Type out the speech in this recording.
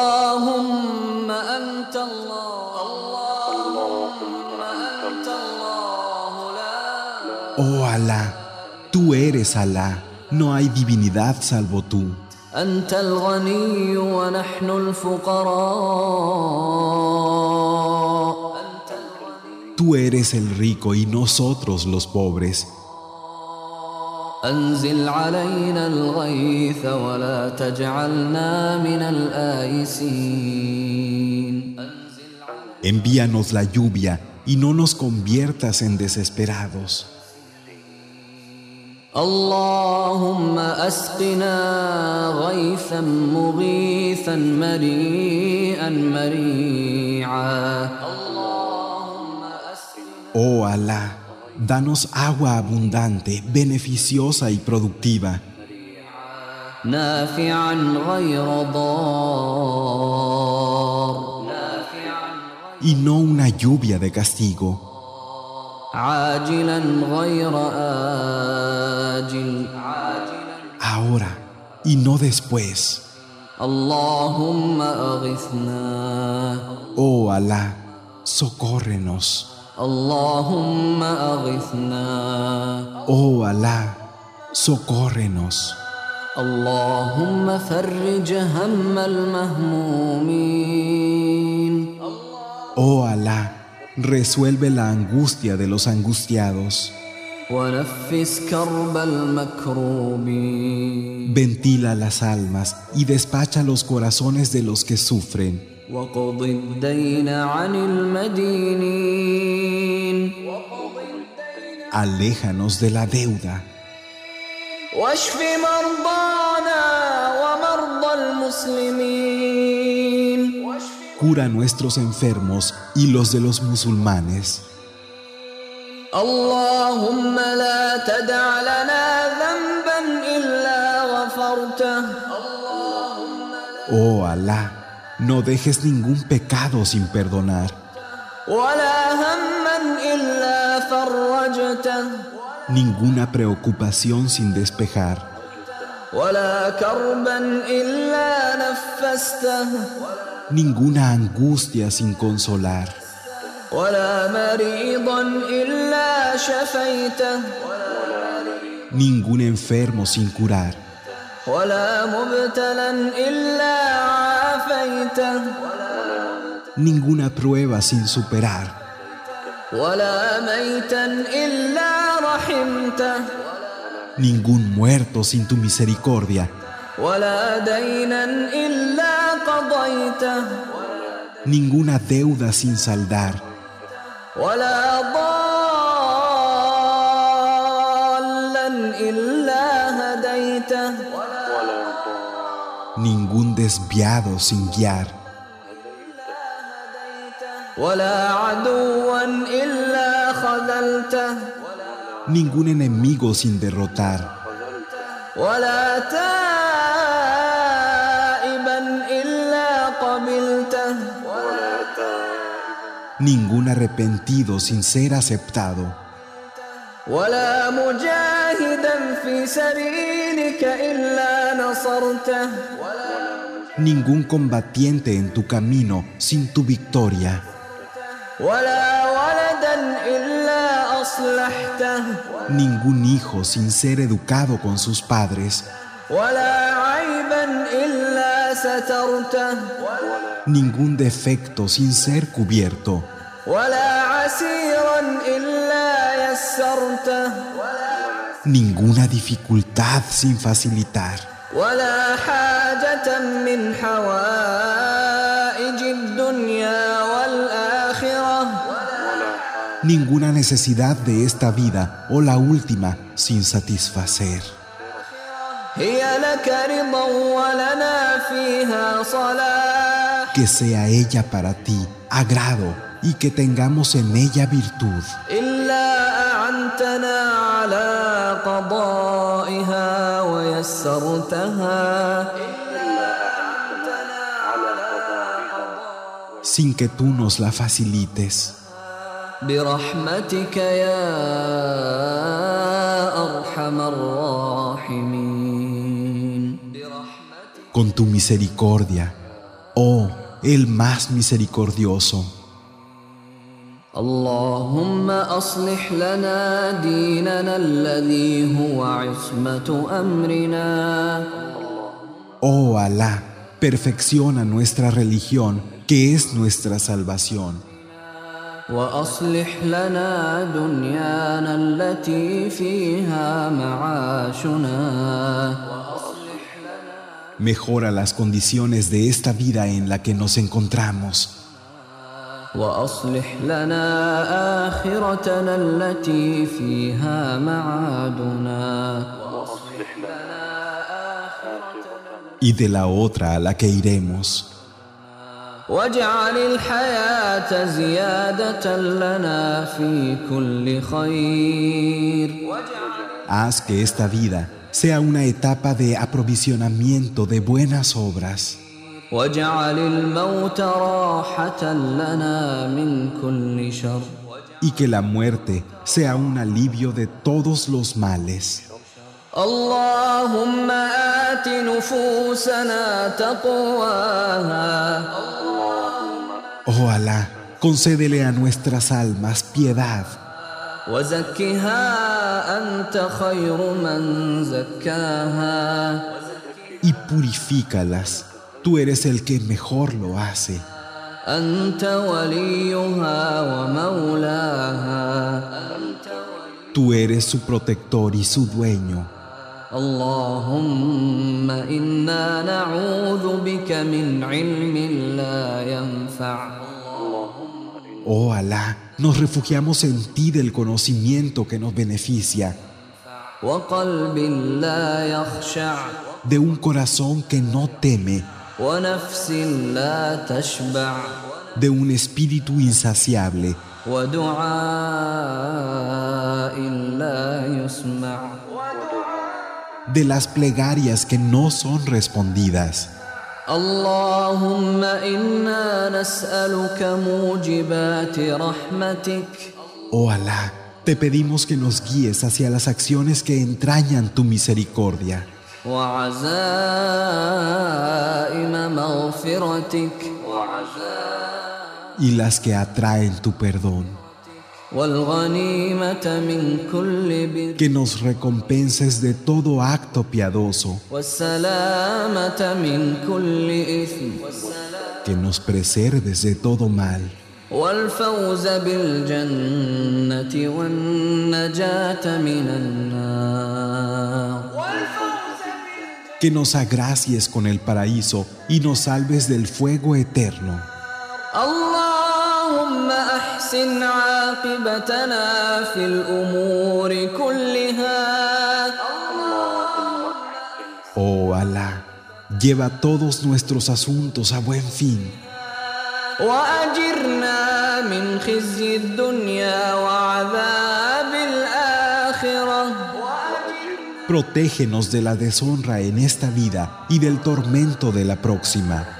اللهم أنت الله اللهم أنت الله لا Oh Alá, tú eres Alá, no hay divinidad salvo tú. أنت الغني ونحن الفقراء Tú eres el rico y nosotros los pobres. أنزل علينا الغيث ولا تجعلنا من الآيسين Envíanos la lluvia y no nos conviertas en desesperados. اللهم أسقنا غيثا مغيثا مريئا مريعا Oh Alá, danos agua abundante, beneficiosa y productiva, نافعا غير ضار y no una lluvia de castigo, عاجلا غير آجل ahora y no después. اللهم أغثنا Oh Alá, socórrenos. اللهم أغثنا Oh Alá, socórrenos. اللهم فرج هم المهمومين Oh Alá, resuelve la angustia de los angustiados, ونفس كرب المكروبين ventila las almas y despacha los corazones de los que sufren. وقض الدين عن المدينين Aléjanos de la deuda. واشف مرضانا ومرضى المسلمين Cura a nuestros enfermos y los de los musulmanes. اللهم لا تدع لنا ذنبا إلا غفرته Oh Alá, no dejes ningún pecado sin perdonar, ولا هما إلا فرجته ninguna preocupación sin despejar, ولا كربا إلا نفسته ninguna angustia sin consolar, ولا مريضا إلا شفيته ningún enfermo sin curar, ولا مبتلا إلا عافيته ninguna prueba sin superar. ولا ميتا إلا رحمته ningún muerto sin tu misericordia, ولا دينا إلا قضيته ninguna deuda sin saldar, ولا ضالا إلا هديته ningún desviado sin guiar, ولا عدوا إلا خذلته ningún enemigo sin derrotar, ولا تائبا إلا قبلته ningún arrepentido sin ser aceptado, ولا مجاهدا في سبيلك إلا نصرته ningún combatiente en tu camino sin tu victoria, ولا ولدا إلا أصلحته ningún hijo sin ser educado con sus padres, ولا عيبا إلا سترته ningún defecto sin ser cubierto, ولا عسيرا إلا يسرته ninguna dificultad sin facilitar, ولا حاجة من حوائج الدنيا والآخرة ninguna necesidad de esta vida o la última sin satisfacer. هي لك رضا ولنا فيها صلاح que sea ella para ti agrado y que tengamos en ella virtud, إلا أعنتنا على قضائها ويسرتها sin que tú nos la facilites. برحمتك يا أرحم الراحمين Con tu misericordia, oh el más misericordioso. اللهم أصلح لنا ديننا الذي هو عصمة أمرنا Oh Alá, perfecciona nuestra religión, que es nuestra salvación, وأصلح لنا دنيانا التي فيها معاشنا mejora las condiciones de esta vida en la que nos encontramos, وأصلح لنا آخرتنا التي فيها معادنا y de la otra a la que iremos. واجعل الحياة زيادة لنا في كل خير Haz que esta vida sea una etapa de aprovisionamiento de buenas obras. واجعل الموت راحة لنا من كل شر y que la muerte sea un alivio de todos los males. اللهم آت نفوسنا تقواها Oh Alá, concédele a nuestras almas piedad وزكها أنت خير من زكاها y purifícalas. Tú eres el que mejor lo hace. أنت وليها ومولاها Tú eres su protector y su dueño. اللهم إنا نعوذ بك من علم لا ينفع Oh Alá, nos refugiamos en ti del conocimiento que nos beneficia, وقلب لا يخشع de un corazón que no teme, ونفس لا تشبع de un espíritu insaciable ودعاء لا يسمع de las plegarias que no son respondidas. اللهم إنا نسألك موجبات رحمتك Oh Alá, te pedimos que nos guíes hacia las acciones que entrañan tu misericordia وعزائم مغفرتك y las que atraen tu perdón. والغنيمة من كل بر Que nos recompenses de todo acto piadoso, والسلامة من كل إثم que nos preserves de todo mal والفوز بالجنة والنجاة من النار que nos agracies con el paraíso y nos salves del fuego eterno. اللهم أحسن عاقبتنا في الأمور كلها Oh Alá, lleva todos nuestros asuntos a buen fin وأجرنا من خزي الدنيا وعذاب الآخرة Protégenos de la deshonra en esta vida y del tormento de la próxima.